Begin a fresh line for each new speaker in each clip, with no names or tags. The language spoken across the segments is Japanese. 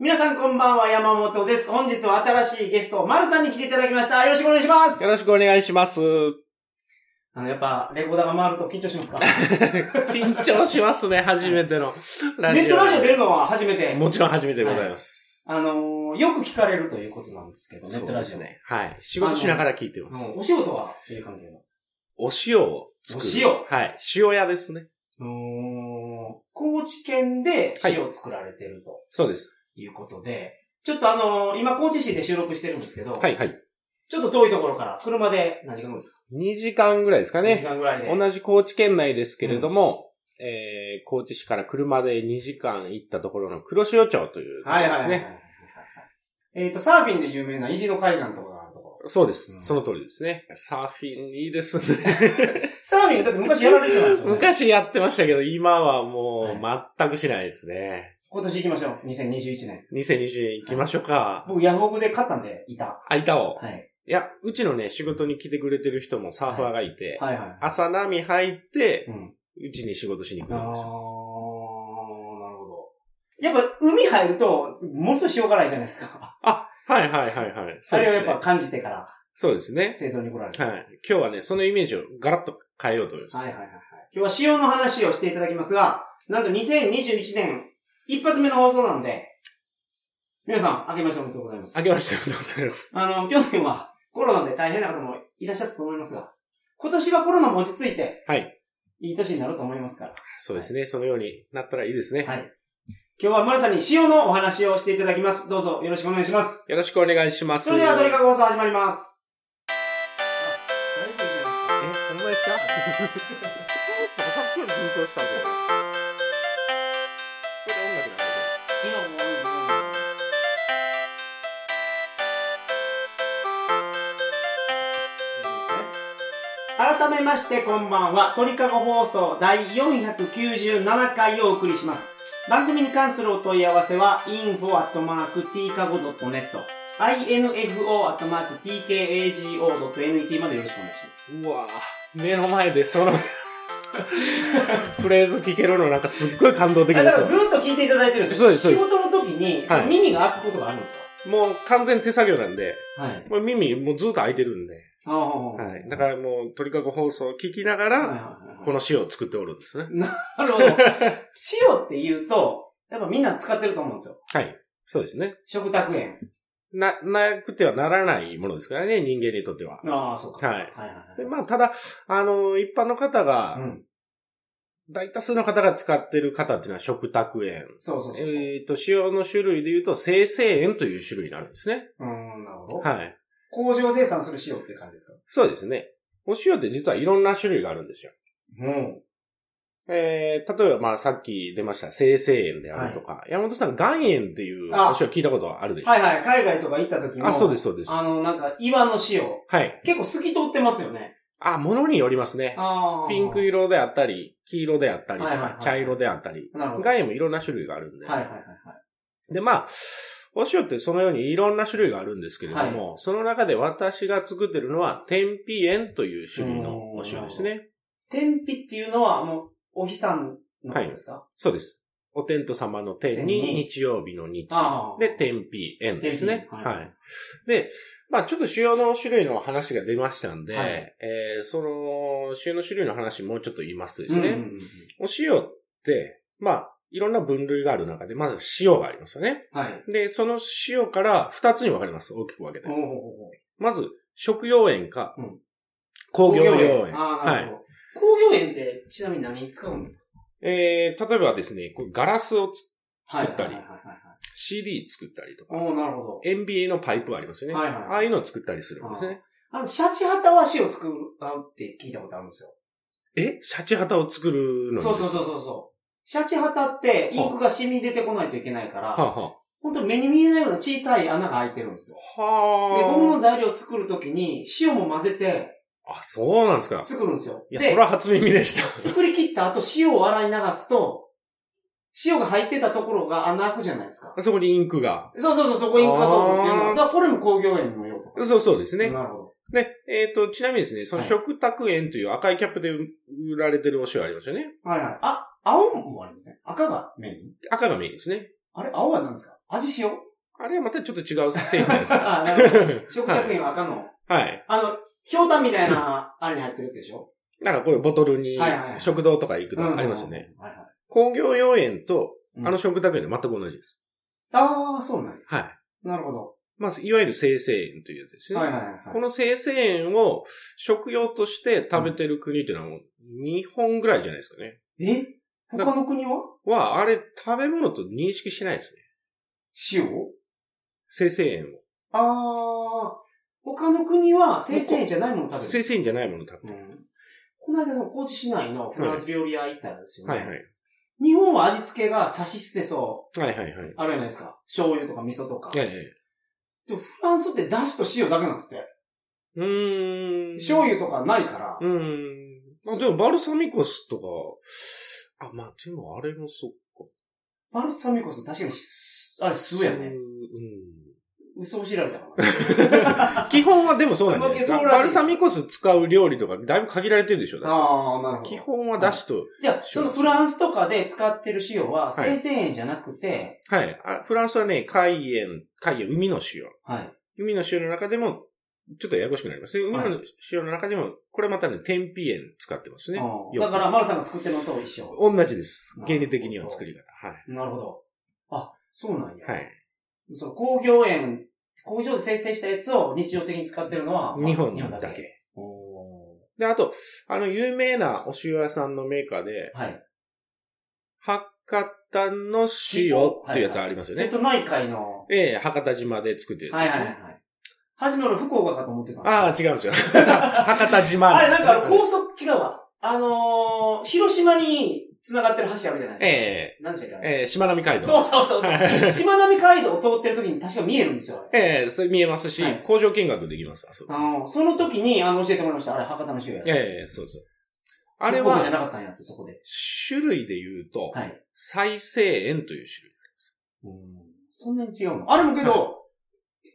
皆さんこんばんは、山本です。本日は新しいゲスト、丸さんに来ていただきました。よろしくお願いします。
よろしくお願いします。
あの、やっぱ、レコーダーが回ると緊張します か
緊張しますね、初めてのラジ
ネ
オ。
ットラジオ出るのは初めて。
もちろん初めてでございます。
あのー、よく聞かれるということなんですけど、ネットラジオ。
そうですね。はい。仕事しながら聞いてま
うん
す。
お仕事はっていう関係の。
お塩を作る。
お
はい。塩屋ですね。
うーん高知県で塩を作られてると
そうです。
いうことで、ちょっとあのー今高知市で収録してるんですけど、
はい、はい。
ちょっと遠いところから車で何時間ぐらいですか
2時間ぐらいですか
?2 時
ね。
間ぐらいで。
同じ高知県内ですけれども、えー、高知市から車で2時間行ったところの黒潮町というところ
はい
で
はいは
す
いはい
ね。。
えっ、と、サーフィンで有名な入りの海岸とかがあるところ。
そうです、
うん
その通りですね。サーフィンいいですね。
サーフィンだって昔やられてたんですよ、ね。。
昔やってましたけど、今はも
は
う全くしないですね。
今年行きましょう。2021年。
2020年行きましょうか。
僕、ヤフオクで買ったんで、いた。
あ、いたを。
はい。
いや、うちのね、仕事に来てくれてる人もサーファーがいて、
はいはい。
朝波入って
う、ん。
うちに仕事しに
あ
来
ー、
る
なん
ですよ。
るほど。やっぱ、海入ると、ものすごい塩辛いじゃないですか。
はいはいはいはい。
そ
そう
れ
で
をやっ
すね
ぱ。感じてから、
そうですね。
製造に来られた。
はい。今日はね、そのイメージをガラッと変えようと思います。
はいはいはいはい。今日は塩の話をしていただきますが、なんと2021年、一発目の放送なんで、皆さん、明けましておめでとうございます
あ。けましておめでとうございます。
あの、去年はコロナで大変な方もいらっしゃったと思いますが、今年はコロナも落ち着いて、
はい。
いい年になると思いますから。
そうですね。そのようになったらいいですね。
はい。今日は丸さんに塩のお話をしていただきます。どうぞよろしくお願いします。
よろしくお願いします。
それでは、
え、
トリカゴ放送始まります。
ほんま ですかさっきより緊張したんだよね。これ音楽なんで。
改めましてこんばんは鳥かご放送第497回をお送りします番組に関するお問い合わせは info.tkago.net info.tkago.net までよろしくお願いします
うわぁ、目の前でその フレーズ聞けるのなんかすっごい感動的
あだから
で
ず
す
っと聞いていただいてるんです
そう
よ
ですそう
仕
です
事の時にその耳が開くことがあるんですか
もう完全手作業なんで、
はい。
もう耳もうずっと開いてるんで、
ああはい
はい。だからもう鳥かご放送を聞きなが
はいはい
ら、
はいはい
この詩を作っておるんですね。
なるほど。塩って言うと、やっぱみんな使ってると思うんですよ。
はい。そうですね。
食卓塩。
な、なくてはならないものですからね、人間にとっては。
ああ、そうかそうか。
はい
はいはい
でまあ、ただ、あの、一般の方
はい。
が、
うん。
大多数の方が使ってる方っていうのは食卓塩。
そうそうそうそう。
えっ、と、塩の種類で言うと、生成塩という種類になるんですね。
うーん、なるほど。
はい。
工場生産する塩って感じですか
そうですね。お塩って実はいろんな種類があるんですよ。
うん。
えー、例えばまあさっき出ました生成塩であるとか、山本さん岩塩っていうお
あ
塩聞いたことはあるでしょ
はいはい。海外とか行った時も。。
あそうですすそうです。
あの、なんか岩の塩。
はい。
結構透き通ってますよね。
あ、物によりますね。
ああ。
ピンク。色であったり、黄色であったりと
はいはいは
か
い、
茶色であったり。
なるほど。
岩塩もいろんな種類があるんで。
はいはいはい
で、まあ、お塩ってそのようにいろんな種類があるんですけれども、その中で私が作ってるのは、天日塩という種類のお塩ですね。
天日っていうのは、もう、お日さんのことですか、
そうです。お天道様の天
天
に、
に
日曜日の日
ああ。
で、天日円ですね。
天日
は
円
い、
はい
で、まあちょっと塩の種類の話が出ましたんで、
はい
えー、その、塩の種類の話もうちょっと言いますとで
うん
す
うん
ね、
うんうん。
お塩って、まあいろんな分類がある中で、まず塩がありますよね。
はい。
で、その塩から二つに分かれます。大きく分けて
お。おお
まず、食用塩か、
うん
工業用塩。
ああ、
は
なるほ
い。
ど。工業園って、ちなみに何に使うんです
えー、例えばですね、こうガラスをつ
か
作ったり
はいはいはいはいはい。
CD 作ったりとか、
おおなるほ
塩ビのパイプありますよ
ど。
ね。
はいはい。
ああいうのを作ったりするんですね。
あの、シャチハタは塩作るって聞いたことあるんですよ。
えシャチハタを作るのに
そうそうそうそうそう。シャチハタってインクが染み出てこないといけないか
は
ら、
あは
本当に目に見えないような小さい穴が開いてるんですよ。
あ。
で、ゴム
は
の材料を作るときに塩も混ぜて
あ。あ、そうなんですか。
作るんですよ。
いや、それ
で、
は初耳でした。
作り切った後塩を洗い流すと、塩が入ってたところが穴開くじゃないですか。
あそこにインクが。
そうそうそう、そこインクが通るっていうの
あ
は、だ
ー
からこれも工業園の用途。
そうそうですね。
なるほど。
で、えっ、と、ちなみにですね、その
はい
食卓園という赤いキャップで売られてるお塩ありますよね。
はいはい。あ、青もありません。赤がメイン
赤がメインですね。
あれ、青は何ですか味塩
あれはまたちょっと違う製品なんですか
あ、なるほど。 食卓には赤の。
はい。
あの、氷炭みたいな、あれに入ってるやつでしょ
なんかこういうボトルに
はいはいは、い
食堂とか行くとありますよね。。
はいはい。
工業用園と、
うん
あの食卓園で全く同じです。
ああ、そうなんや。
はい。
なるほど。
まあ、いわゆる生成園というやつですね。
はいはいはい
この生成園を食用として食べてる国っていうのはもう日本ぐらいじゃないですかね。。
え他の国は
は、あれ食べ物と認識しないですね。
塩
生成園を。
ああ、他の国は生鮮じゃないもの食べ
生
る。
成園じゃないものを食べ
う
てる。
ん。この間、その高知市内のフランス料理屋行ったんですよね。
はいはい。
日本は味付けが差し捨てそ
はいはいはい。
う。あるじゃないですか。醤油とか味噌とか。
ええ。
でもフランスって出汁と塩だけなんですって。
うーん。
醤油とかないから。
うーん。まあでもバルサミコスとか、あ、まあでもあれもそっか。
バルサミコス確かにす、あれ酢やね。
う
嘘を知られたかな。
ん。基本はでもそうなんじゃないです
まあ
か。
そうらしい
バ
で
ル
す
サミコス使う料理とかだいぶ限られてるでしょ。だって
ああ、なるほど。
基本は出汁と、
じゃあ、そのフランスとかで使ってる塩は
は
生
い
成塩じゃなくて、
はい。あフランスはね、海塩、海塩、海の塩。
はい。
海の塩の中でも、ちょっとややこしくなりますね。海の塩の中でも、これまたね、天日塩使ってますね
あ。ー
よく
だから、マルさんが作ってるのと一緒。
同じです
なるほ。ど
原理的には作り方。はい。
なるほど。あ、そうなんや。
はい。
その工業園、工場で生成したやつを日常的に使ってるのは、まあ
日本だ。け。
お
で、あと、あの、有名なお塩屋さんのメーカーで
ー、はい。
博多の塩っていうやつありますよ
瀬
ね。
戸内海の、
ええ、博多島で作ってるやつ
はい
で
は
す
い
ね。
はい。初め俺福岡かと思ってたんですよ
ああ、違うん ですよ。博多島
あれ
で
な
す
ん
ね
かあの高速、違うわ。あのー、広島に繋がってる橋あるじゃないですか。
え
何でしたっ
え
け、
ええ、しまなみ海道。
そうそうそうそ
は
う。しまなみ海道を通ってる時に確か見えるんですよ。あれ
ええ、それ見えますし
はい、
工場見学できます。あそこ
あのー、その時に、あの、教えてもらいました。あれ、博多の塩や。
ええ、そうそう。あれ
福岡じゃな
は、
かったんやって、そこで。
種類で言うと、
はい。
再生塩という種類。
そんなに違うのあれもけど、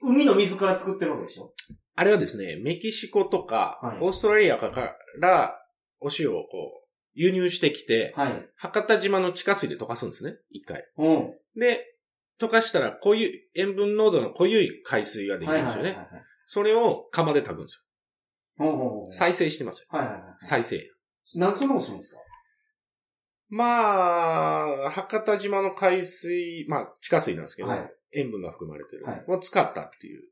海の水から作ってるわけでしょ
あれはですね、メキシコとか、
はい
オーストラリアからお塩をこう、輸入してきて、
はい。
博多島の地下水で溶かすんですね、一回。
うん。
で、溶かしたら濃ゆい、塩分濃度の濃ゆい海水ができ
はい
るん
は
で
い
す
は
よ
いはい
ね。。それを釜で炊くんです
う
よ。
んうんうん
再生してますよ。
はいはいは
再生。
い。なんでそんなことするんですか
まあ、博多島の海水、まあ、地下水なんですけど、
はい
塩分が含まれてる。
はい
を使ったっていう。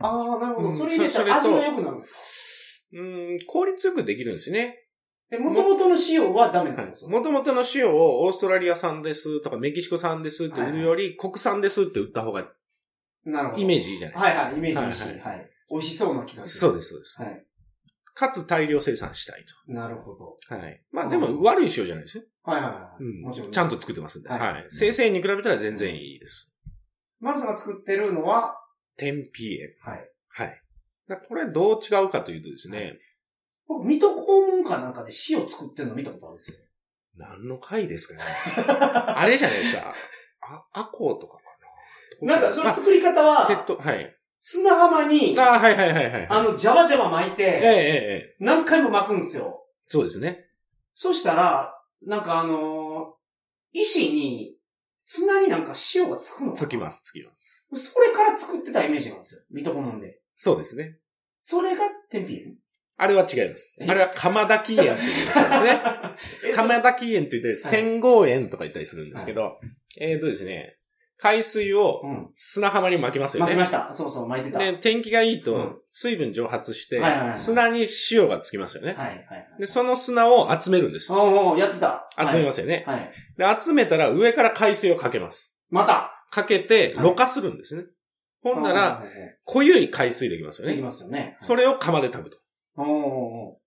ああ、なるほ
う
ど。
ん
それ入れたら
そ
味
それ
が
と
良くなるんですか
うん、効率よくできるんですね。
で、元々の塩はダメなんですよ。
もともとの塩をオーストラリア産ですとかメキシコ産ですって売るより、国産ですって売った方が
なるほど。
イメージいいじゃないですか。
はいはい、イメージいいし、
は
はいい、美味しそうな気がす
そ
る。
うです、そうです。
はい。
かつ大量生産したい
なるほど。
と。はい。まあでも悪い塩じゃないですよ。
はいはいはい。
うん
もちろん。
ちゃんと。作ってますんで。
はい
はい。生成に比べたら全然いいです。
マルさんが作ってるのは、
天日塩。
はい。
はい。だからこれどう違うかというとです
は
ね、
僕、水戸黄門かなんかで塩作ってるの見たことあるんですよ。
何の回ですかね。あれじゃないですか。あ、アコウとかかな。
なんか、その
セ
作り方
ッ
は、
ト、はい。
砂浜に、
あ、はいはいはいはい。
あ、の、ジャバジャバ巻い
ええええ
て、
ええ。
何回も巻くんですよ。
そうですね。
そしたら、なんかあのー石に、砂になんか塩がつくの
つき
ま
ます、つきます。
す。それから作ってたイメージなんですよ。水戸黄門で。
そうですね。
それが天日塩
あれは違います。
え
あれは釜炊き園というそうですね。
え
釜炊き園と言ったり、千合園とか言ったりするんですけど、えっ、とですね、海水を
うん。
砂浜に巻きますよ
巻き
ね
ま。した。そうそう、巻いてた。
で、天気がいいうと
ん
水分蒸発して
はいはいは、い
砂に塩がつきますよね。
はいはいはい。
で、その砂を集めるんです。
おうおうやってた。
集め
は
ますよね
い。。はい。
で、集めたら上から海水をかけます。
また。
かけて、
はい
ろ過するんですね。ほんなら、
おうおうお
濃ゆい海水できますよ
う、でき
ね。
ますよね。
そ
れ。
れを釜で炊くと。
おうおうおう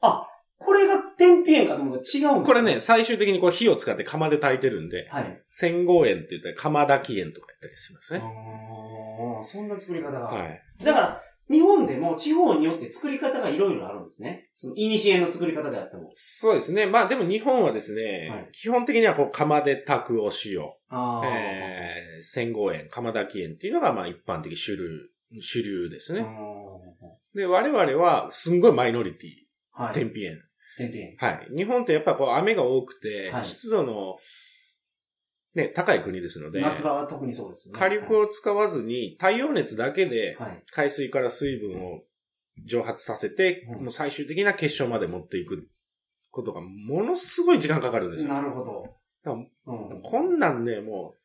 あ、これが天日塩かと思ったら違うんです
これ。ね、最終的にこう火を使って釜で炊いてるんで、
はい。
戦後園って言ったり、釜炊き園とか言ったりしますね。
おうそんな作り方が。
はい。
だから、日本でも地方によって作り方がいろいろあるんですね。その、イニシエの作り方であっても。
そうですね。まあでも日本はですね、
はい
基本的にはこう釜で炊くお塩、
あー
えー、戦後園、釜炊き園っていうのがまあ一般的主流、主流です
うん
ね。で、我々はすんごいマイノリティ、
はい。
天日園。
天日塩。
はい。日本ってやっぱこう雨が多くて、
はい
湿度のね、高い国ですので、
夏場は特にそうですね。
火力を使わずに、太陽熱だけで、
はい。
海水から水分を蒸発させて、
うん
もう最終的な結晶まで持っていくことがものすごい時間かかるんですよ。
なるほど。
だか
うん
こんなんね、も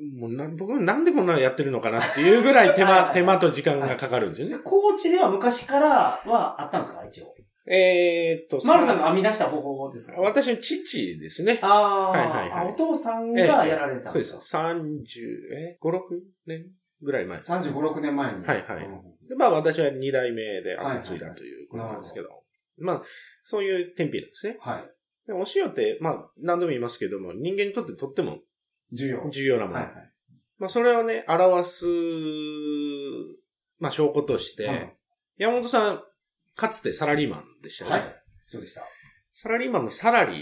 う、もうな僕なんでこんなのやってるのかなっていうぐらい手
はいはいは
間、
い
手間と時間がかかるんですよね。
高知では昔からはあったんですか一応。
えーっと、
マルさん
そ
が編み出した方法ですか
の私の父ですね。
ああ、
はいはいは
あ
い
お父さんがやられたん
そう
で
ですす
か。
30、え、5、6年ぐらい前です。
35、6年前に。
はいはい
うん
で、まあ私は2代目で後継いだということなんですけど。まあ、そういう天日なんですね。
はい。
でお塩って、まあ何度も言いますけども、人間にとってとっても
重要。
重要なもの。
はいはい。
まあそれをね、表す、まあ証拠として、
うん
山本さん、かつてサラリーマンでしたよね。
はい。そうでした。
サラリーマンのサラリ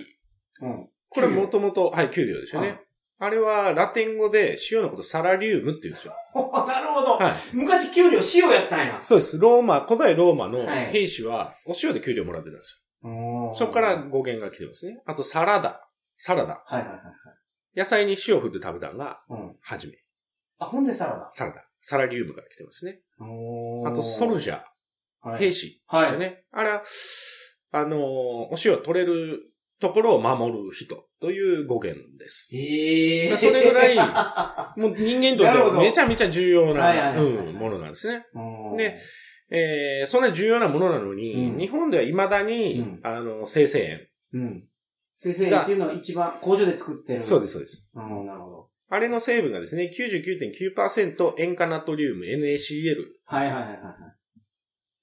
ー。
うん。
これもともと、はい、給料ですよね。
はい
あれはラテン語で塩のことサラリウムって言うんですよ。
おなるほど。
はい。
昔給料塩やったんや。
そうです。ローマ、古代ローマの
はい
兵士はお塩で給料もらってたんですよ。
おー
そこから語源が来てますね。あと、サラダ。サラダ。
はいはいはい。
野菜に塩振って食べたのが、
うん。
はじめ。
あ、ほんでサラダ。
サラダ。サラリウムから来てますね。
お
あと、ソルジャー。
はい
兵士。
は
ですよ
い。
ね。あれは、あのーお塩取れるところを守る人という語源です。
ええー。
それぐらい
は
もう人間に
なる
とっ
ほ
て
ど
めちゃめちゃ重要
はいはい
な、
はいはい
うん、ものなんですね。
うん
ね、えー、そんな重要なものなのに、
うん
日本では未だに、
うん
あの、生成塩。
うん。先生っていうのは一番工場で作ってる。。
そうですす、そうです。
うん、なるほど。
あれの成分がですね、99.9%塩化ナトリウム NaCl
はいはいはいはい。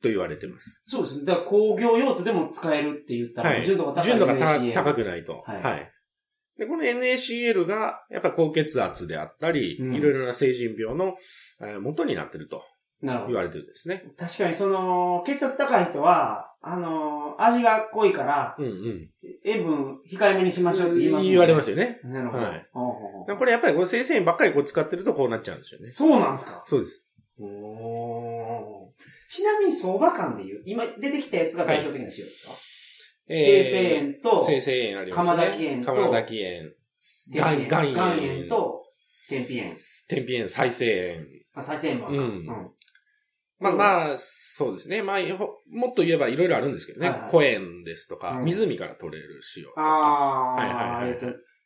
と言われてます。
そうですね。だから工業用途でも使えるって言ったら、
はい
純度が高い。
純度がた
NaCl
高くないと。
はい
で、この NaCl が、やっぱり高血圧であったり、
うん
いろいろな成人病のえー元になってると
なるほ
言
ど。
われてるんですね。
確かにその、血圧高い人は、あのー味が濃いから、
うんうん。
塩分控えめにしましょうって言います、
言われまし
よ。
たよね。
なるほど。
はい
ほうほうほう
これやっぱりこれ生成塩ばっかりこう使ってるとこうなっちゃうんですよね。
そうなんですか
そうです。
おーちなみに相場感で言う、今出てきたやつが代表的な塩ですか、生
え
成塩と、
生成塩ありますね。
釜炊き塩と
釜炊き塩。
岩塩
岩塩
岩塩と、天日塩。
天日塩、再生塩。
あ、再生塩はか。
うんまあまあ、そうですね。まあ、ほもっと言えばいろいろあるんですけどね。
はいはい
コエンですとか、
うん
湖から取れる塩とか、
あー、
はいはいはい
えっと、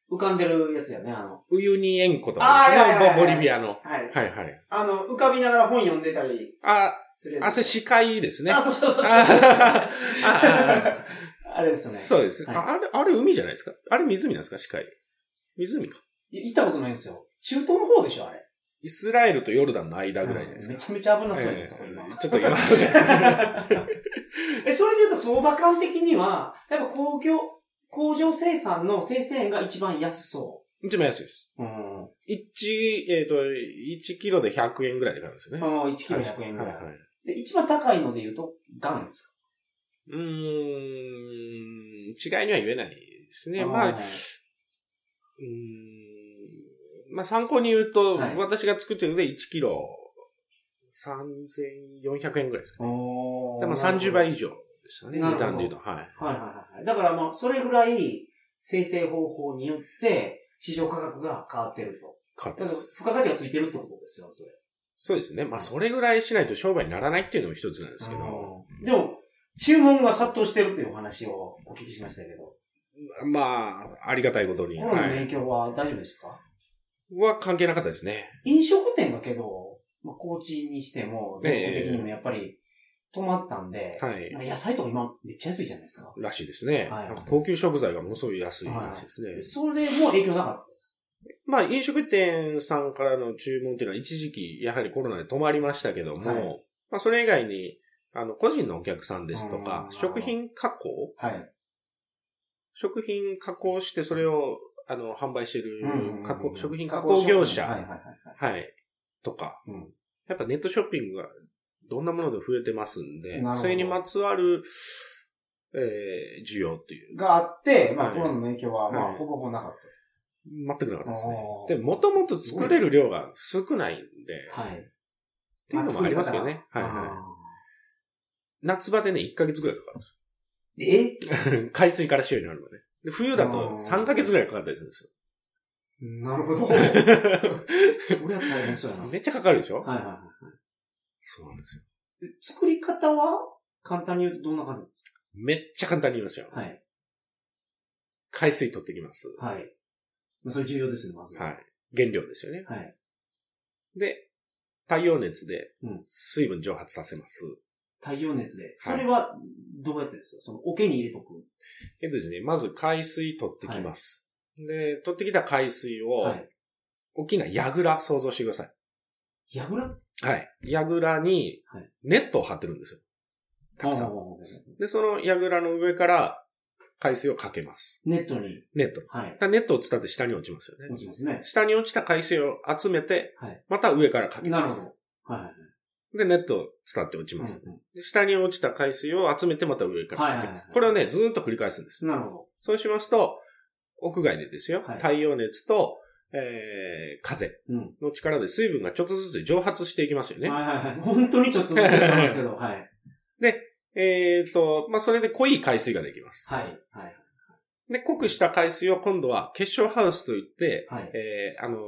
浮かんでるやつやね、あの。
ウユニ塩湖とかです
あーはいはいはい
ね
は
ボ。
い
ボリビアの。
はい。
はいはい。
あの、浮かびながら本読んでたり
あ、
するやつ。
あ、それ視界ですね。
あ、そうそうそうそう。
あーあ
あれですよね。
そうです。
はい
ああれ、あれ海じゃないですかあれ湖なんですか視界。湖か。
い行ったことないんですよ。中東の方でしょ、あれ。
イスラエルとヨルダンの間ぐらいじゃないですか
め。ちゃめちゃ危なそう
え
です、これ今。
えちょっと今、は
え、それで言うと相場感的には、やっぱ工業、工場生産の生成塩が一番安そ
一番安いです。
う。うん。
一えっ、と、1キロで100円ぐらいで買うんですよね。
もう1キロ100円ぐらい。
はいはい
で、一番高いので言うと、岩塩です
うーん、違いには言えないです
か
ね。ま
う
あ、うんーん、まあ参考に言うと、
はい
私が作ってるので1キロ3400円ぐらいですかね。
お
でも
なるほど
30倍以上ですよね。
なる
値
ほど
段で言うと。はい。
はいはいはいはい。だからまあ、それぐらい生成方法によって、市場価格が変わってると。
買って
だ
ま
から、
す
付加価値がついてるってことですよ、それ。
そうですね。まあそれぐらいしないと商売にならないっていうのも一つなんですけど。
うんでも、注文が殺到してるっていうお話をお聞きしましたけど、
まあ、ありがたいことに。
コロナの
は
影響は大丈夫でしたか、
い。は関係なかったですね。
飲食店だけど、まあ、高知にしても、全国的にもやっぱり止まったんで、
はい。
なんか野菜とか今めっちゃ安いじゃないですか。
らしいですね。
はい
なんか高級食材がものすごい安いらしいですね。
それも影響なかったです。
まあ、飲食店さんからの注文っていうのは一時期、やはりコロナで止まりましたけども、
はい
まあ、それ以外に、あの、個人のお客さんですとか、
うん
食品加工
はい。
食品加工してそれを、あの、販売してる加工、食品加
加
工
工
業
はい
者、
はいはい。
はい、とか、
うん
やっぱネットショッピングがどんなもので増えてますんで
なるほ、ど
それにまつわる、えー、需要っていう、
があって、まあ
はい
コロナの影響は、ま
は
あ
い
ほぼほぼなかっ
全くなかった
た。
ですね。
あー
で、もともと作れる量が少ないんで、
はい。っ
っていうのもありますけどね。はいはい。夏場でね、1ヶ月ぐらいかかるん
い。え
ですよ。海水から塩になるまで。で、冬だ
う
と
ん
3ヶ月ぐらいかかったりするんですよ。
なるほ ど。そりゃ大変そうやな。
めっちゃかかるでしょ
はいはいは
そうなんですよ。
い。作り方は簡単に言うとどんな感じです
めっちゃ簡単に言いますよ。
かはい。
海水取ってきます。
はい。まあ、それ重要ですね、まず。
はい。原料ですよね。
はい。
で、太陽熱で
うん
水分蒸発させます。
太陽熱で。それは、どうやってですかその、桶に入れとく。
えっとですね、まず海水取ってきます。で、取ってきた海水を、
はい。
大きな櫓想像してくださ
やぐら
い。はい。櫓に
はい
ネットを張ってるんですよ。たくさん。
おー
で、その櫓の上から海水をかけます。
ネットに。
ネットに。
はい。
だネットを伝って下に落ちますよね
落。ちますね。
下に落ちた海水を集めて、
はい
また上からかけ
な
ま
る
す。
ほど。はいはい
で、ネットを伝って落ち
う
ます。
ん
で下に落ちた海水を集めてまた上からかけ
はい
ま
はい
す
は。い
これをね、ずーっと繰り返すんです
う。ん。なるほ
そうしますと、屋外でですよ、
はい
太陽熱と、えー、風
ど。うん。
の力で水分がちょっとずつ蒸発していきますよね。
はいはいはい。本当にちょっとずつなんですけ ど、はい。
えーと、まあ、それで濃い海水ができます。
はい。はい。
で、濃くした海水を今度は結晶ハウスといって、
はい。
えー、あのー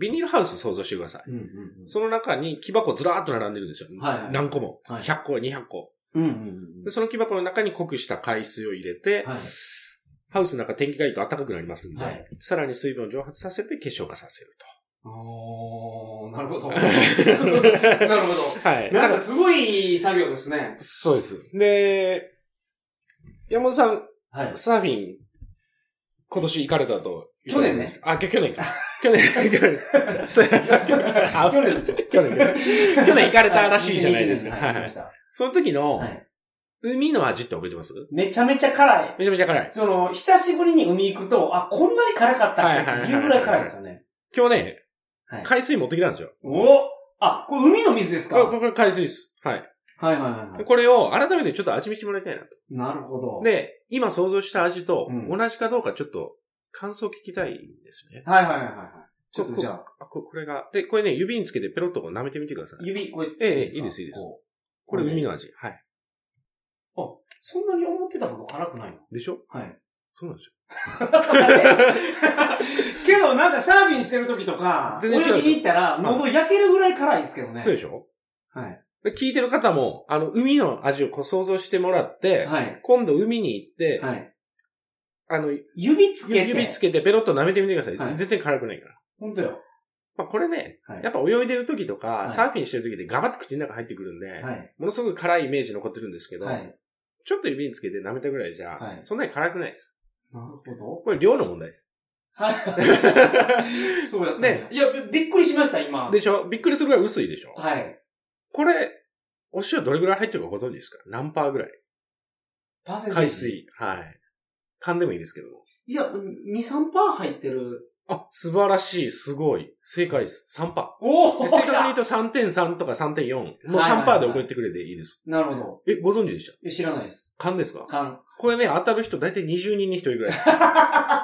ビニールハウス想像してください。
うんうんうん。
その中に木箱ずらーっと並んでるんですよ。
はいはい
何個も。
はい
100個、200個。
うんうんうん
で、その木箱の中に濃くした海水を入れて、
はい。
ハウスの中天気がいいと暖かくなりますんで、
はい
さらに水分を蒸発させて結晶化させる
おー、なる ほど。
と。
なるほ
は い。
ど。なんかすごい作業ですね。
そうです。で、山本さん、
はい。
サーフィン、今年行かれたと。
去年ね。
あ、きょ去年か。去年、去年。そうやそうやあ
去年ですよ。
去年、去年。去年行かれたらしいじゃないですか
はい、行きました。
その時の
は、い。
海の味って覚えてます
めちゃめちゃ辛い。
めちゃめちゃ辛い。
その、久しぶりに海行くと、あ、こんなに辛かったっけっていうぐらい辛いですよね。
今日ね
はい、
海水持ってきたんですよ。
おあ、これ海の水ですか
あ
はい
これ海水です。はい。
はいはいは
で
い。
これを改めてちょっと味見してもらいたいなと。
なるほど。
で、今想像した味と
うん
同じかどうかちょっと感想聞きたいんですよね。
はいはいはいはい。ちょっとじゃあ、
あ、ここれが。で、これね、指につけてペロッとこう舐めてみてください。
指、これ、
ええいいですいいです
こう
これ海の味。はい。
そんなに思ってたほど辛くないの
でしょ
はい。
そうなんですよ。
けど、なんかサーフィンしてる時とか、
全然違う
泳ぎに行ったら、喉焼けるぐらい辛いですけどね。
そうでしょ
はい。
で聞いてる方も、あの、海の味をこう想像してもらって、
はい。
今度海に行って、
はい。
あの、
指つけて。
指つけてペロッと舐めてみてください。
はい
全然辛くないから。
ほんとよ。
まあ、これね、
はい
やっぱ泳いでる時とか、
い
サーフィンしてる時でガバッと口の中入ってくるんで、
はい。
ものすごく辛いイメージ残ってるんですけど、
はい。
ちょっと指につけて舐めたぐらいじゃ、
はい
そんなに辛くないです。
なるほ
これ量の問題 です。
ど。 はい。そうやったんだ
ね
いや、びびっくりしました、今。
でしょびっくりするぐらい薄いでしょ
はい。
これ、お塩どれぐらい入ってるかご存知ですか何パーぐらい
パーセンテー
海
ジ。
水。はい。噛んでもいいですけども。
いや、うん2、3%パー入ってる。
あ、素晴らしい、すごい。正解です。3パ
お
ー。
お
で正確に言うと3.3とか3.4。もう
はいはい
3パーで覚えてくれていいです。
なるほど。
え、ご存知でし
いや知らないです。
た勘ですか
勘。
これね、当たる人大体20人に1人ぐ らい。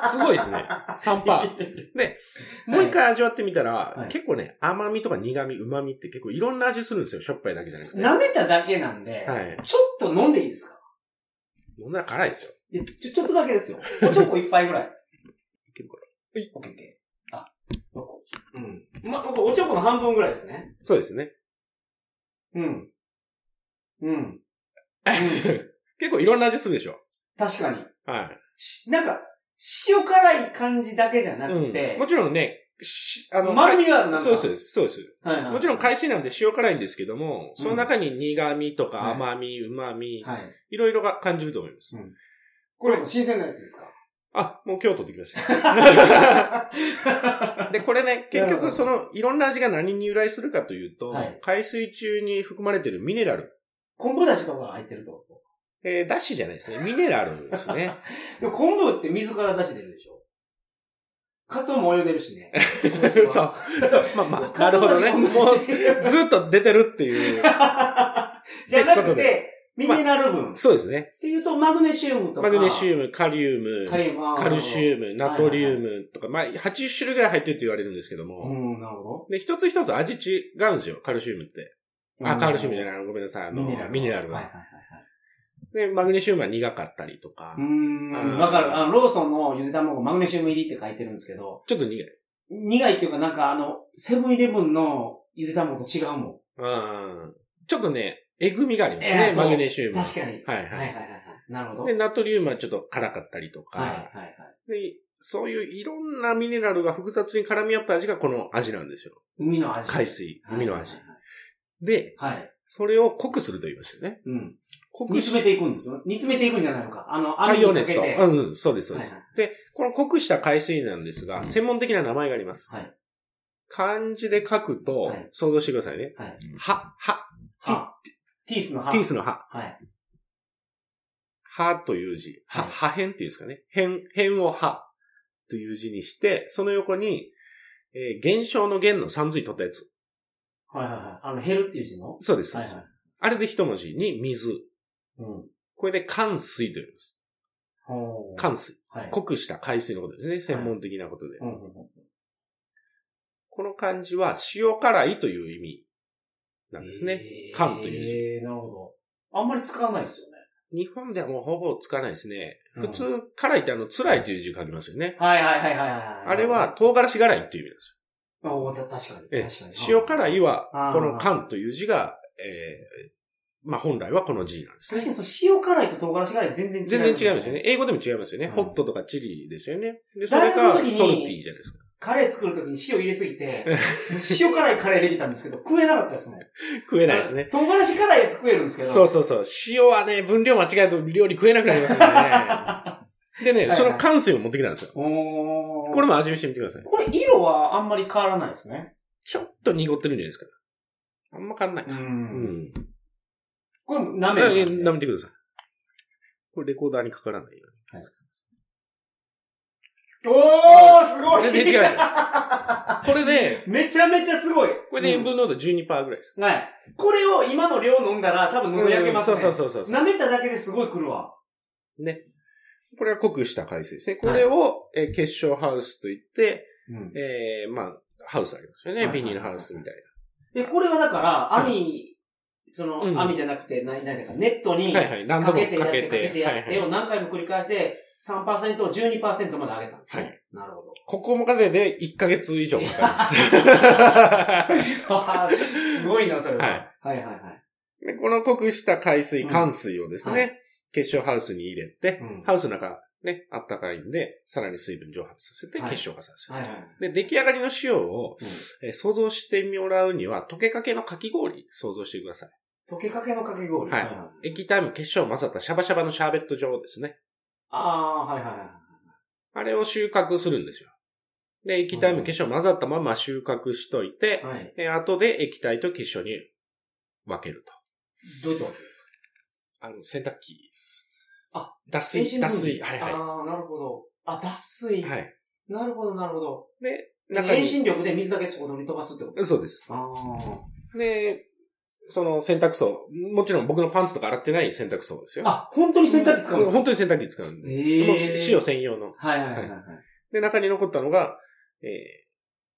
すごいですね。3パー。で、もう一回味わってみたら、
い
結構ね、甘みとか苦味、旨味って結構いろんな味するんですよ。しょっぱいだけじゃなくて。
舐めただけなんで、
はい。
ちょっと飲んでいいですか
飲んだら辛いですよ。
いやちょ、ちょっとだけですよ。チョコ一杯ぐらい。
いけるか
オッケーオッケー。あ、まあこうん。まあ、これおちょこの半分ぐらいですね。
そうですね。
うん。うん。
結構いろんな味するでしょ。
確かに。
はい。
しなんか、塩辛い感じだけじゃな
う
く
ん、
て
も、ちろんね、しあの、
丸みがあるなんか。
そうです、そうです。
はいはい。
もちろん海水なんで塩辛いんですけども、
うん
その中に苦味と
は
か
い
甘味、旨味、
はい。
いろいろが感じると思います。
これも新鮮なやつですか
あ、もう今日取ってき ました。で、これね、結
なるほど
局その、いろんな味が何に由来するかというと、
はい
海水中に含まれてるミネラル。
昆布だしとかが入ってるってこと
えー、だしじゃないですね。ミネラルです ね。
でも昆布って水から出汁出るでしょカツオも泳いでるしね。
そう。そう。まあ まあ、なるほどね。もう、ず
う。
っと出てるっ ていう。
じゃな
ってこと
くて、ミネラル分。っ
そうですね。
ていうと、マグネシウムとか。
マグネシ
ウ
ウム、カリウム、
カリウム。
カルシウム、ナトリウ
ム。
ムとか、まあ、80種類ぐらい入ってると言われるんですけども、
うん、なるほ
で、一つ一つ味違うんですよ、カルシウムって。
ど。
あ、カルシウムじゃ
い。
ない、ごめんなさい、あの、
ミネラル。
ミネラルは。
はいはいはいはい。
で、マグネシウムは苦かったりとか
う、ーん。わかる。あの、ローソンのゆで卵マグネシウム入りって書いてるんですけど、
ちょっと苦い。
苦いっていうかなんかあの、セブンイレブンのゆで卵と違うもん。
うん。ちょっとね、えぐみがあります
いや
ね、
そう
マグネシウムは。
確かに。
はい
はいはい
はい。
はいはい。なるほど。は
で、
い
ナトリウムはちょっと辛かったりとか、
はいはい。
でそういういろんなミネラルが複雑に絡み合った味がこの味なんですよ。
海の味。
海水、海の味
はい。
で、
はいはい。はい。
それを濃くすると言いましたよね。
うん。
濃
煮
く
詰めていくんですよ。煮詰めていくんじゃないのか。あの、
海
網
洋
にかけて。
熱と。
はい
うん、うん、そうです、そうです
はいは。
で、この濃くした海水なんです
う
が、
ん
専門的な名前があります。
はい。
漢字で書くと
はい、
想像してくださいね。
はい。
は、は、
は。ティースの歯。
ティースのは。
はい。
はという字。は、
はい
は辺っていうんですかね。辺、辺をはという字にして、その横に、えー、減少の減の三髄取ったやつ。
はいはいはい。あの、減るっていう字のは
そうです。
い
そう
は
で
い
す。あれで一文字に水。
うん。
これで寒水と言います。
ほー
寒水。
はい。
濃くした海水のことですね。専門的なことで。
うんうんうん
この漢字は塩辛いという意味なんですね。
えー
缶という字
えーなるほど。あんまり使わないですよね。
日本ではもうほぼ使わないですね。
うん
普通、辛いってあの、辛いという字書きますよね。
はいはいはいはいはい。
あれは、唐辛子辛いっていう意味なんです
あおた確かに。
え
確かに。
よ。塩辛い
は。
は、
あー
この缶という字が、えーまあ本来はこの字なんです
確か
ね。
にそう、塩辛いと唐辛子辛い全然違う。
全然違いますよね。。英語でも違いますよね。
うん
ホットとかチリですよね。で、そ
大
れ
学の
が
時に
ソルティじゃないですか。
カレー作るときに塩入れすぎて、塩辛いカレーできたんですけど、食えなかったですもん。食
食えないですね。。
唐辛子辛いやつ食えるんですけど。
そうそうそう。塩はね、分量間違えると料理食えなくなり ますよね。で
は
ね、
いはい
その缶水を持ってきたんですよ。
おー
これも味見してみてください。
これ色はあんまり変わらないですね。。
ちょっと濁ってるんじゃないですか。あんま変わんない。うんん。
これ舐める感じで
舐めてください。これレコーダーにかからないよ。
おー、すごい
全然違う。これ で、
めちゃめちゃすごい。
これで塩分濃度12%ぐらいです。
うんはい。これを今の量飲んだら多分喉焼けますね。
そうそうそうそう。
舐めただけですごい来るわ。
ね。これは濃くした海水ですね。これを、えー結晶ハウスといって、
うん。
えーまあ、ハウスありますよ
はい
ね。
はい
ビニールハウスみたい
で、これはだから、網、その、
うん
網じゃなくて、何、何だか、ネットに
な。はいはい。何度
か
も
け
か
てやって、
け
かけて
て。
や
は
っ
いは
てを
い。
何回も繰り返して、3%を12%まで上げたんですよ。
はい
なるほど。
ここもかけて1ヶ月以上かかります。
わあすごいな、それは。
は
はいはいはい。
で、この濃くした海水、
うん
寒水をですね、
は
結晶ハウスに入れて、
うん
ハウスの中、ね、あったかいんで、さらに水分蒸発させて、
はい
結晶化させる。
はいはい。
で、出来上がりの塩を、
うん
えー想像してもらうには、溶けかけのかき氷、想像してくださ
溶けかけのかき氷。
はいい。液体も結晶を混ざったシャバシャバのシャーベット状ですね。
ああー、はいはいはい。
あれを収穫するんですよ。で、液体も結晶を混ざったまま収穫しといて、
はい。
えー後で液体と結晶に分けると。
どういったわけですか
あの、洗濯機です。
あ、
脱水、脱水。
は
はいい
はい。
は
ああ、なるほど。あ、脱水。
い。はい。
なるほど、なるほど。
で、中
遠
に
心力で水だけそこに飛ばすってこと
そうです。
ああ。
で、その洗濯槽、もちろん僕のパンツとか洗ってない洗濯槽ですよ。
あ、本当に洗濯機使うんですか
本当に洗濯機使うんで。
え
もう塩専用の。
はいはいはいはい。
で、中に残ったのが、えー、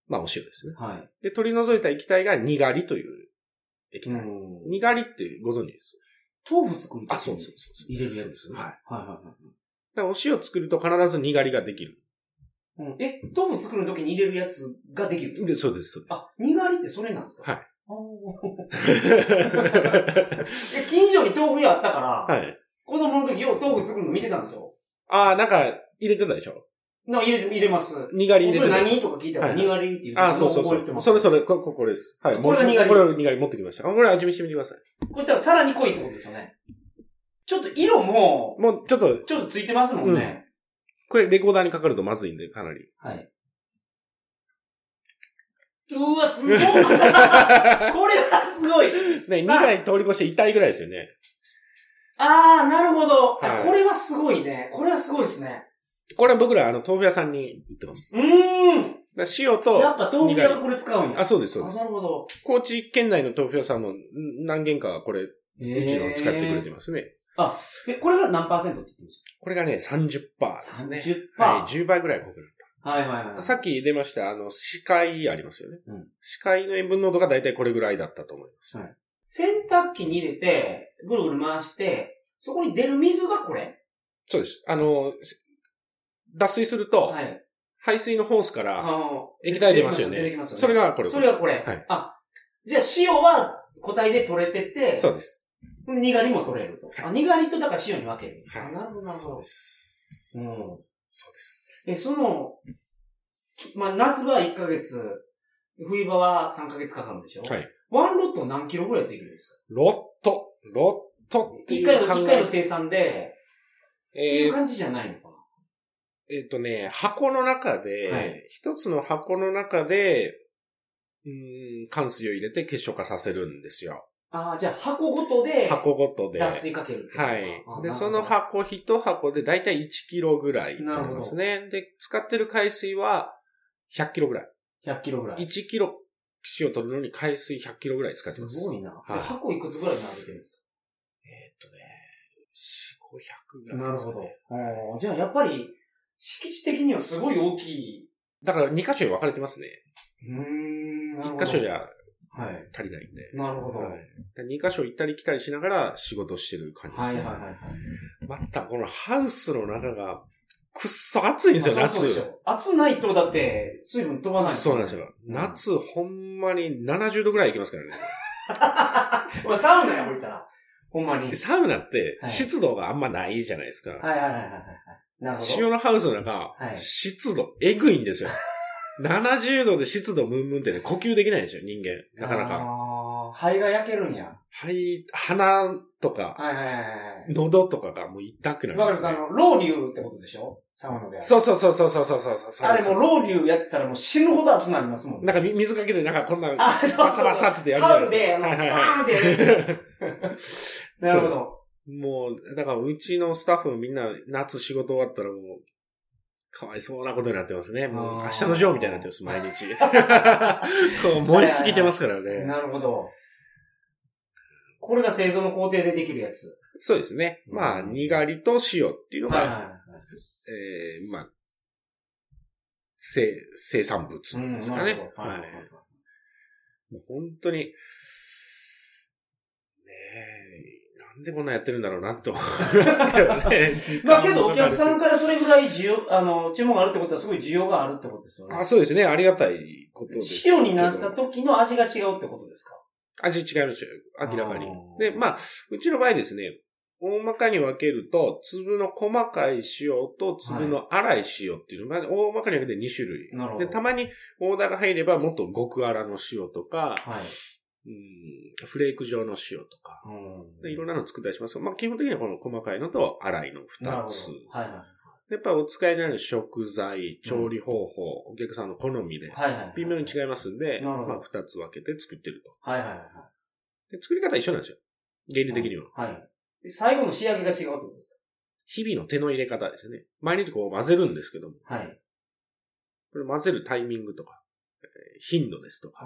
まあお塩ですね。
はい。
で、取り除いた液体がにがりという液
う
体。
ん
にがりってご存知です。
豆腐作ると
あ、そうそうそうそう。
入れるやつ。
はい。だか
はいはいはい
らお塩作ると必ずにがりができる。
うん。え、豆腐作るときに入れるやつができる
で、そうです、そう
あ、にがりってそれなんですか
はい
い。
で
え、近所に豆腐屋あったから、
す。 はい。
子供の時よう豆腐作るの見てたんですよ。
ああ、なんか入れてたでしょ
な、入れ、入れます。
にがり入
そ
れ
れ
てた。
何とか聞いたら、
はい
にがりっていうのを
ああ、そうそう
覚
そ
えてま
う。
す。
それそれ、こ、ここれです。はい。
これがにがり
これをにがり持ってきました。あこれ味見してみてください。
これだからさらに濃いってことですよね。ちょっと色も、
もう、ちょっと、
ちょっとついてますもんね。
これレコーダーにかかるとまずいんで、かなり。
はい。うわ、 すごいこれはすごい
ね、2回通り越して痛いぐらいですよね。
ああ、なるほど、あ
はい
これはすごいね。これはすごいですね。
これ僕ら、あの、豆腐屋さんに売ってます。
うー
だから塩と
ん。、やっぱ豆腐屋がこれ使うんや。
あ、そうです、そうで
あな
す。
るほど。
高知県内の豆腐屋さんもん何軒かはこれ、う
う
ちの使ってくれてますね。
で、これが何パーセントって言ってまし
これがね、30%ですね。
30%
はい、10倍ぐらい濃くなった
はいはいはい。
た。さっき出ました、あの、視界ありますよね。
うん
視界の塩分濃度がだいたいこれぐらいだったと思います。
洗濯機に入れて、ぐるぐる回して、そこに出る水がこれ
そうです。あの、脱水すると、
はい。
排水のホースから
の、
液体出ますよ
出て
ね
き。ますよね。
それがこれ。
それがこれ。
はい
あ、じゃあ塩は個体で取れてて、
そうです。
にがりも取れると。あ、にがりとだから塩に分ける。
は
あ
い
なるほど、なるほ
そう
ど
で。す。
うん。
そうです。
え、その、きまあ、夏場1ヶ月、冬場は3ヶ月かかるんでしょ
はい。
ワンロット何キロぐらいできるんです
ロット、ロッ
か
トってい
?1
う
回の、
考
一回
え
の生産で、っていう
えー
感じじゃないのか
えっとね、箱の中
はい
で、一、つの箱の中で、うーん、乾水を入れて結晶化させるんですよ。
な、ああ、じゃあ箱ごとで、
箱ごとで。
脱水かけるってことか。
はい。で、
あ
そ
な
の、
る
箱、一箱でだいたい1キロぐらいになりますね。で、使ってる海水は100キロぐらい。
ほど100キロぐらい。
1キロ塩取るのに海水100キロぐらい使ってます。
すごいな。
い
で箱いくつぐらい並べてるんです
えっとね、4、500ぐ
から
い
なる
です
ほ
かね、
ど。あーじゃあやっぱり、敷地的にはすごい大きい。
だから2箇所に分かれてますね。
うーん、なるほど。
1箇所じゃ
はい。
足りないんで。
なるほど。
はい2箇所行ったり来たりしながら仕事してる感じです
はい
ね。
はいはいはい。
また、このハウスの中が、くっそ暑いんですよ、
まあそうそうでし
夏。
ょ暑ないと、だって、水分飛ばない。
そうなんですよ。。夏、ほんまに70度ぐらい行きますからね。
まあ、サウナや、ほいたら。ほんまに。はい
サウナって
はい
湿度があんまないじゃないですか。
はいはいはいはい。なるほど。
塩のハウスの中、
はい
湿度えぐいんで すよ。70度で湿度ムンムンってね、呼吸できないんですよ、人間。なかなか。
あー肺が焼けるんや。
肺、鼻とか、
はいはいはいはい。
喉とかがもう痛くなり
わか
ま
る
す
さ、
ね、
あの、ロウリュウってことでしょサウナである。
そうそうそうそうそうそうそうそう。
あれもうロウリュウやったらもう死ぬほど熱なりますもんね。
なんかみ水かけて、なんかこんな、
あ
バ
そうそう
サバサってやるじゃ
タオ
ない
ルで、あの、
はい
ス
はい
パ
はい
ーンってやるやつ。なるほど。
もう、だからうちのスタッフみんな夏仕事終わったらもう、かわいそうなことになってますね。も
あー
う明日のジョーみたいになってます、毎 日。こう燃え尽きてますからね。
なるほど。これが製造の工程でできるやつ。
そうですね。まあ、
うん
にがりと塩っていうのが、
はいはいはい。
えーまあ、生、生産物
うん
ですかね。
なるほど
は
はいい。。
もう本当に、ねえ、なんでこんなやってるんだろうなと思いますけどね
まあけどお客さんからそれぐらい需要、あの、注文があるってことはすごい需要があるってことですよね
あ、。そうですね。ありがたいことですけど。
塩になった時の味が違うってことです
味違いますよ。明らかに
あ。ー
で、まあ、うちの場合ですね、大まかに分けると、粒の細かい塩と粒の粗い塩っていうのが、まあ大まかに分けて2種類。
かなるほ
で、たまにオーダーが入れば、もっと極粗の塩とか、
はい。
うん、フレーク状の塩とか、でいろん
な
なの作ったりします。まあ、基本的にはこの細かいのと粗いの
なる
2
ほ
つ。
ど。はいはい。
やっぱお使いになる食材、調理方法、お客さんの好みで、
はいはい。
微妙に違いますん
な
で、
る
ま
ほど
あ、2つ分けて作ってると。
はいはいはい。
で作り方は一緒なんですよ。原理的には。
はい。で最後の仕上げが違うってことです
日々の手の入れ方ですよね。毎日こう混ぜるんですけども、
かはい。
これ混ぜるタイミングとか、えー頻度ですとか、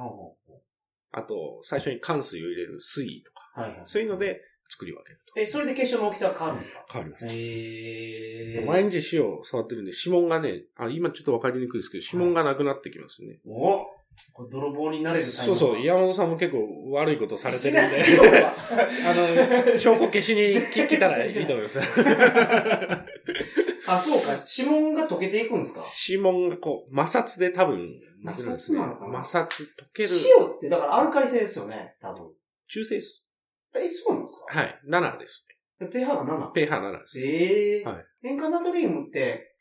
あと、最初に乾水を入れる水位とか、
はいはい。
そういうの。で作り分けると。
え、それで結晶の大きさは変わるんですか
変わります。
へ
毎日塩を触ってるんで、指紋がね、あ、今ちょっとわかりにくいですけど、指紋がなくなってきますね。
おこれ泥棒になれる才
そ
能
うそう、
や
山本さんも結構悪いことされてるんで、あ
ない
の、 証拠消しにき来たらいいと思い ます。
あ、そうか。指紋が溶けていくんですか
指紋がこう、摩擦で多分、くるんですね
摩擦なのかな
摩擦溶ける。
塩って、だからアルカリ性ですよね、多分。
中性です。
え、そうなんですか
はい。7です。
?pH が
pH7 です。
7? ええ
はい
塩化ナトリウムって、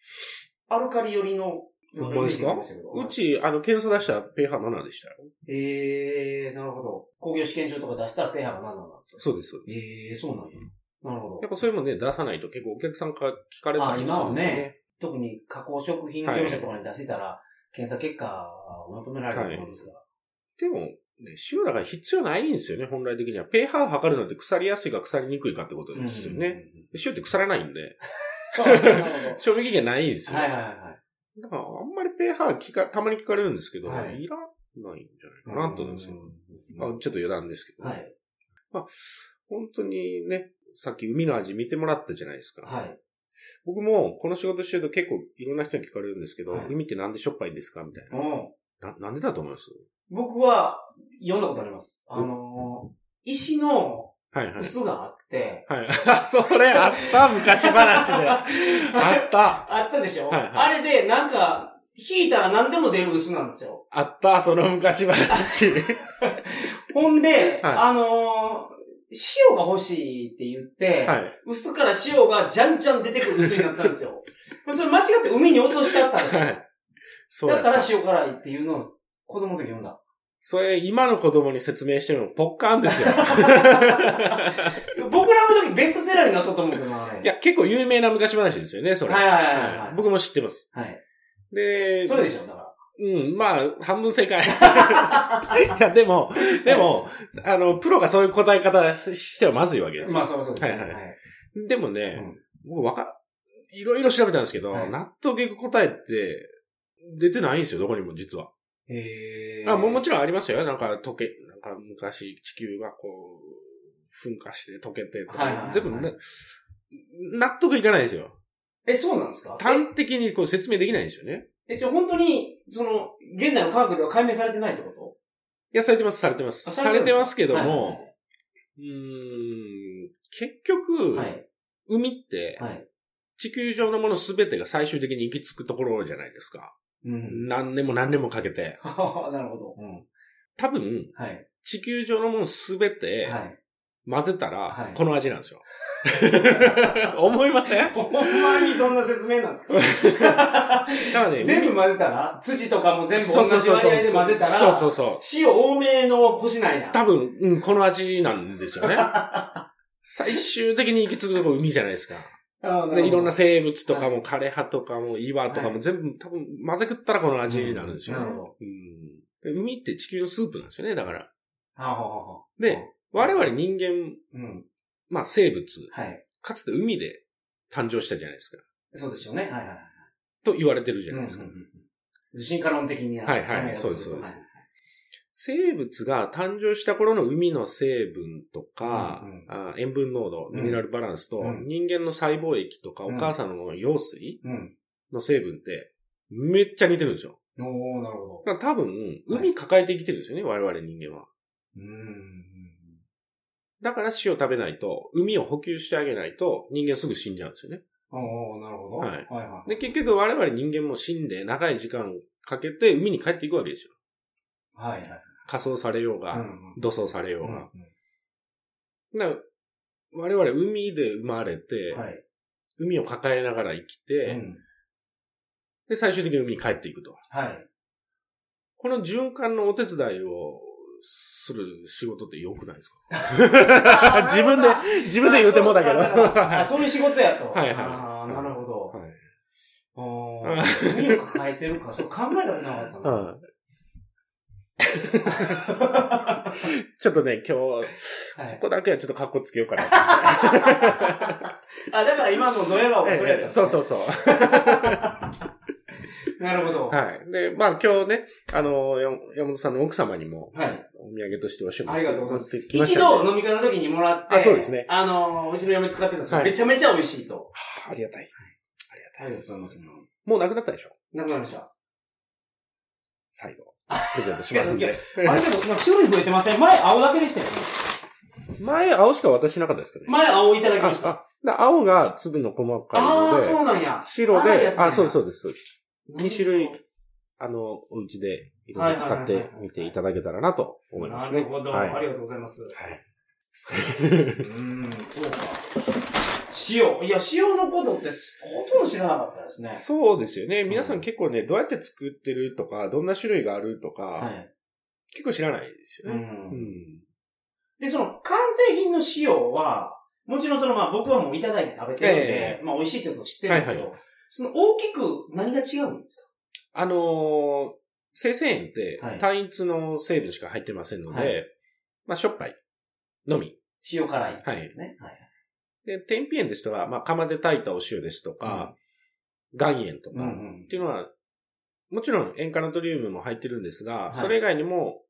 アルカリ寄りの、
ほんまですか
イメージがありま
う
したけど
ち、あの、検査出したら pH7 でしたよ。
ええなるほど。工業試験場とか出したら pH が7なんですよ。
そうです、そうで
ええそうなんや。なるほ
す。や
ど
っ。ぱそういうもんね、出さないと結構お客さんから聞かれたりする
あ今は
んで
ね。特に加工食品業者とかに出せたら、検査結果を求められると思うんですが。
でも、ね、塩だから必要ないんですよね、本来的には。pH を測るなんて腐りやすいか腐りにくいかってことですよね。塩って腐らない
うん
んで、
うんうん。なるほ ど
賞味期限ないんですよ。
はいはいはい。
だから、あんまり pH 聞か、たまに聞かれるんですけど、
はい
い、らないんじゃないかなと思うんですよ。
うん
まあ、ちょっと余談ですけど、
はい。
本当にね、さっき海の味見てもらったじゃないですか。
はい。
僕もこの仕事してると結構いろんな人に聞かれるんですけど、
はい
海ってなんでしょっぱいんですかみたいな。
うん
な、なんでだと思います
僕は、読んだことあります。あのー、石の
はいはい。
嘘があって、
はい。 あそれあった昔 話で。あった。
あったでしょ、
はいはい
あれで、なんか、引いたら何でも出る嘘なんですよ。
あった、その昔話。
ほんで、
はい
あのー塩が欲しいって言って、
はい。
嘘から塩がじゃんじゃん出てくる嘘になったんです よ。それ間違って海に落としちゃったんですよ。
はい。そうや
だ
っ
か
た
ら塩辛いっていうのを子供の時読んだ。
それ、今の子供に説明してるのポッカーンですよ。
僕らの時ベストセラーになったと思うけどな、あれ。
いや、結構有名な昔話ですよね、それ。
はいはいはいはい
はい僕も知ってます。
はい。
で、
そうでしょ、だか
うん、まあ、半分 正解。いや、でも、でも、あの、プロがそういう答え方ししてはまずいわけで
ら。
すよ。
まあ、そうそうですよ。
はいはい
はい
でもね、僕わか、いろいろ調べたんですけど、
はい
納得いく答えって、出てないんですよ、どこにも実は。
へー
あもうもちろんありますよ。なんか溶け、なんか昔地球がこう、噴火して溶けてとか。
はいはいはい
でもね、納得いかないですよ。
え、そうなんですか
端的にこう説明できないんですよね。
え、じゃあ本当に、その、現代の科学では解明されてないってこ
いや、されてます、されてます。
と
されてますけども、、
は
うーん、結
い
局、
はい
海って、
はい。はい。
地球上のものすべてが最終的に行き着くところじゃないですか。
うん。
何年も何年もかけて。
なるほど。うん。
多分、
はい。
地球上のものすべて
はい。
混ぜたら、
はい
この味なんです よ。思いません
ほんまにそんな説明なんですか
だからね、
全部混ぜたら土とかも全部
そうそ
同
う
じ
そう
割合で混ぜたら、
そうそうそう。
塩多めの星なんや。
多分、うん、この味なんです よね。最終的に行き着くとこ海じゃないですか。
あ
でいろんな
る
生物とか
は
も枯れ葉とかも岩とか
は
も全部多分混ぜ食ったらこの
ほど
味になるんですよね。
なるほど。
うんで海って地球のスープなんですよね、だから。
はあはあはあ
で、我々人間、
うん。
まあ生物、
はい。
かつて海で誕生したじゃないですか。
そうですよね。はいはいはい。
と言われてるじゃないですか。
うんうんうん進化論的に
はいはいそうですそうです。生物が誕生した頃の海の成分とか、
うんうん
あ塩分濃度、
うん
ミネラルバランスと、
うん
人間の細胞液とか、
うん
お母さんの羊水
うん。
の成分って、めっちゃ似てるんですよ。
おー、なるほど。
だから多分、海抱えて生きてるんですよね、我々人間は。
うーん。
だから死を食べないと、海を補給してあげないと、人間すぐ死んじゃうんですよね。
おー、なるほど。
はい
はいは
で、結局我々人間も死んで、長い時間かけて海に帰っていくわけですよ。
い。はいはい。
仮装されよう
うん
が、
うん
土葬されよ
う
う
ん
が。だから我々海で生まれて、
はい。
海を抱えながら生き
う
て、
ん
で、最終的に海に帰っていくと。
はい。
この循環のお手伝いをする仕事って良くないです か 自分で、自分で言うてもだけど。
あそうかあ、
は
そういう仕事やと。
はいはい
あーなるほど。
い
お
は
ー海を抱えてるか、そう考えたことなかったな。
はい。ちょっとね、今日、こ
はい
こだけはちょっと格好つけ ようかな。
あ、だから今のドヤ顔がそれやったんです
そ
ね。
うそうそう。
なるほど。は
はい。で、まあ今日ね、あの、や山本さんの奥様にも
い。
お土産としてお仕事
ありがとうございます
持ってきまし
一
たん
度
で
飲み会の時にもらって、
あそうですね
あのー、うちの嫁使ってたんですよ
はい
めちゃめちゃ美味しいと。
ありがたい。ありがたいです。
います。
もうなくなったでしょ
なくなりました。
再度。プレゼントし ますん
い
で。
あれけど、なんか種類増えてません前青だけでしたよね。
前、青しか渡してなかったですけどね。
前青いただき
あ
ました。あ
あだから青が粒の細かい
あー、そ
ので、
うなんや。
白
粗い
で
や、つなん
あ、
や
そうです、そうですそうです。二種類
なる
あの、お家でいろいろ使っ
はいはい
て
はいはい
みていただけたらなと思いますね。
ほど、
はい。
あ
はい。
りがとうございます。うーん、そうか。塩。いや、塩のことってほとんど知らなかったですね。
そうですよね。皆さん結構ね、どうやって作ってるとか、どんな種類があるとか、
はい。
結構知らないです
う。
よね。うんん。
で、その、完成品の塩は、もちろんその、まあ僕はもういただいて食べてるんで
え、
まあ美味しいってこと知ってるんですけど、
はい
その大きく何が違うんです
あのー生成塩って
はい
単一の成分しか入ってませんので、
はい
まあ、しょっぱいのみ。
か塩辛いですね。はい。
で、天日塩ですとか、まあ、釜で炊いたお塩ですとか、岩塩とか、
うんうん
っていうのは、もちろん塩化ナトリウムも入ってるんですが、
はい
それ以外にも、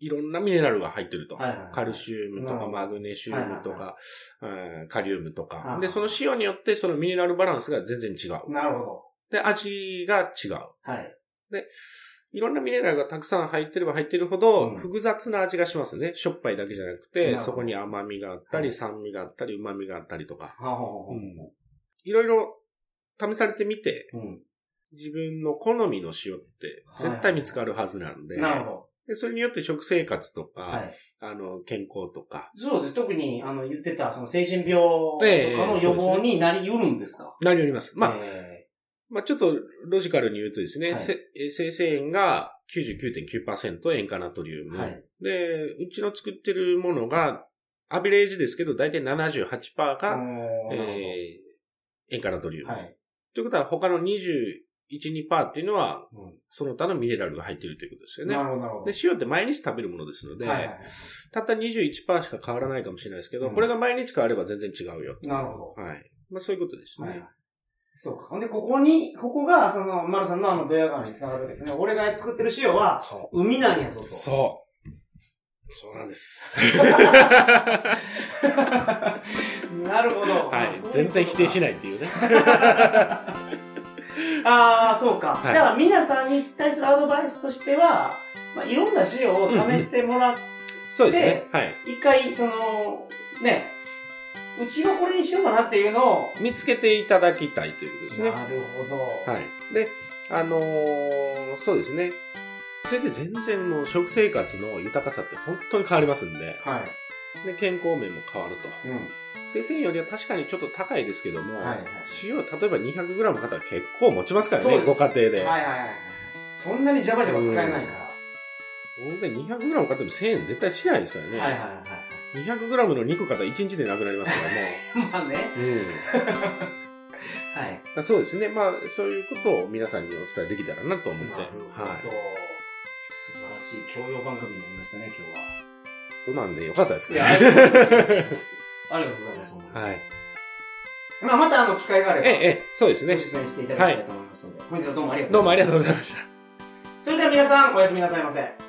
いろんなミネラルが入ってると。
はいはいはい
カルシウムと
なる
か
ほど
マグネシウムとか、うんカリウムと
はいは
か。
い
で、その塩によってそのミネラルバランスが全然違う。
なるほど。
で、味が違う。
はい。
で、いろんなミネラルがたくさん入ってれば入ってるほど、
うん
複雑な味がしますね。しょっぱいだけじゃなくて
なるほ、ど
そこに甘みがあった
は
り、
い
酸味があったり、旨味があったりと
は
か。
あはあはあ
いろいろ試されてみて、
うん。
自分の好みの塩って絶対見つかるはずなんで、
なるほ
でそれによって食生活とか、
ど。はい。
あの、健康とか、
そうです。特に、あの、言ってた、その成人病とか
ええ
の予防になり得るんですか
なりよります。まあ、
え
まあちょっとロジカルに言うとですね、
はい
せえ生成塩が99.9%塩化ナトリウ
え
ム、
はい。
で、うちの作ってるものが、アベレージですけど、だいたい78%
あ
が、
のー
えー塩化ナトリウム。
はい。
ということは、他の21、2%っていうのは、
うん
その他のミネラルが入ってるということですよね
な。るほど、なるほど。
で、塩って毎日食べるものですので、
はいはいはい。
たった21%しか変わらないかもしれないですけど、
うん
これが毎日変われば全然違うよ。
なるほ
はい。まあそういうことです
ど。
ね。
はいはい。そうか。ほんで、ここに、ここが、その、丸さんのあの、ドヤ顔に繋がるわけですね。俺が作ってる塩は、
そ
海なんやぞ
う。
と。
そう。そうなんです。
なるほど。
はい。全然否定し
ない。
ないって いうね。
ああ、そうか。
はい
だから皆さんに対するアドバイスとしては、まあ、いろんな塩を試してもらって、
そうですね。はい。
一回、その、ね、うちはこれにしようかなっていうのを、
見つけていただきたいということですね。
なるほど。
はい。で、あのーそうですね。それで全然もう食生活の豊かさって本当に変わりますんで、
は
で、健康面も変わると。
い。うん。
生鮮よりは確かにちょっと高いですけども、
はいはい
塩、例えば 200g の方は結構持ちますから
そう
ね、
です
ご家庭で。
はいはいはい。そんなにジャバジャバ使えないか
ほんで 200g 買っても1000円絶対しないですからね。
ら。はいはいはい は
200g の肉買ったら1日でなくなりますからね。
い。まあね。
うん
はい。
だそうですね。まあ、そういうことを皆さんにお伝えできたらなと思って。
なるほど。
はい。
素晴らしい教養番組になりましたね、今日は。
そうなんでよかったです
い
けど
や、あ
ね。
りがとうございます。ありがとうございます。
はい。
まあ、またあの、機会があれ
え
ば、
え、ええ、そうです
ご
ね。
出演 していただきたいと思いますので、本日はどうもありがとう
どうもありが
と
とうございました。
う。それでは皆さん、おやすみなさいませ。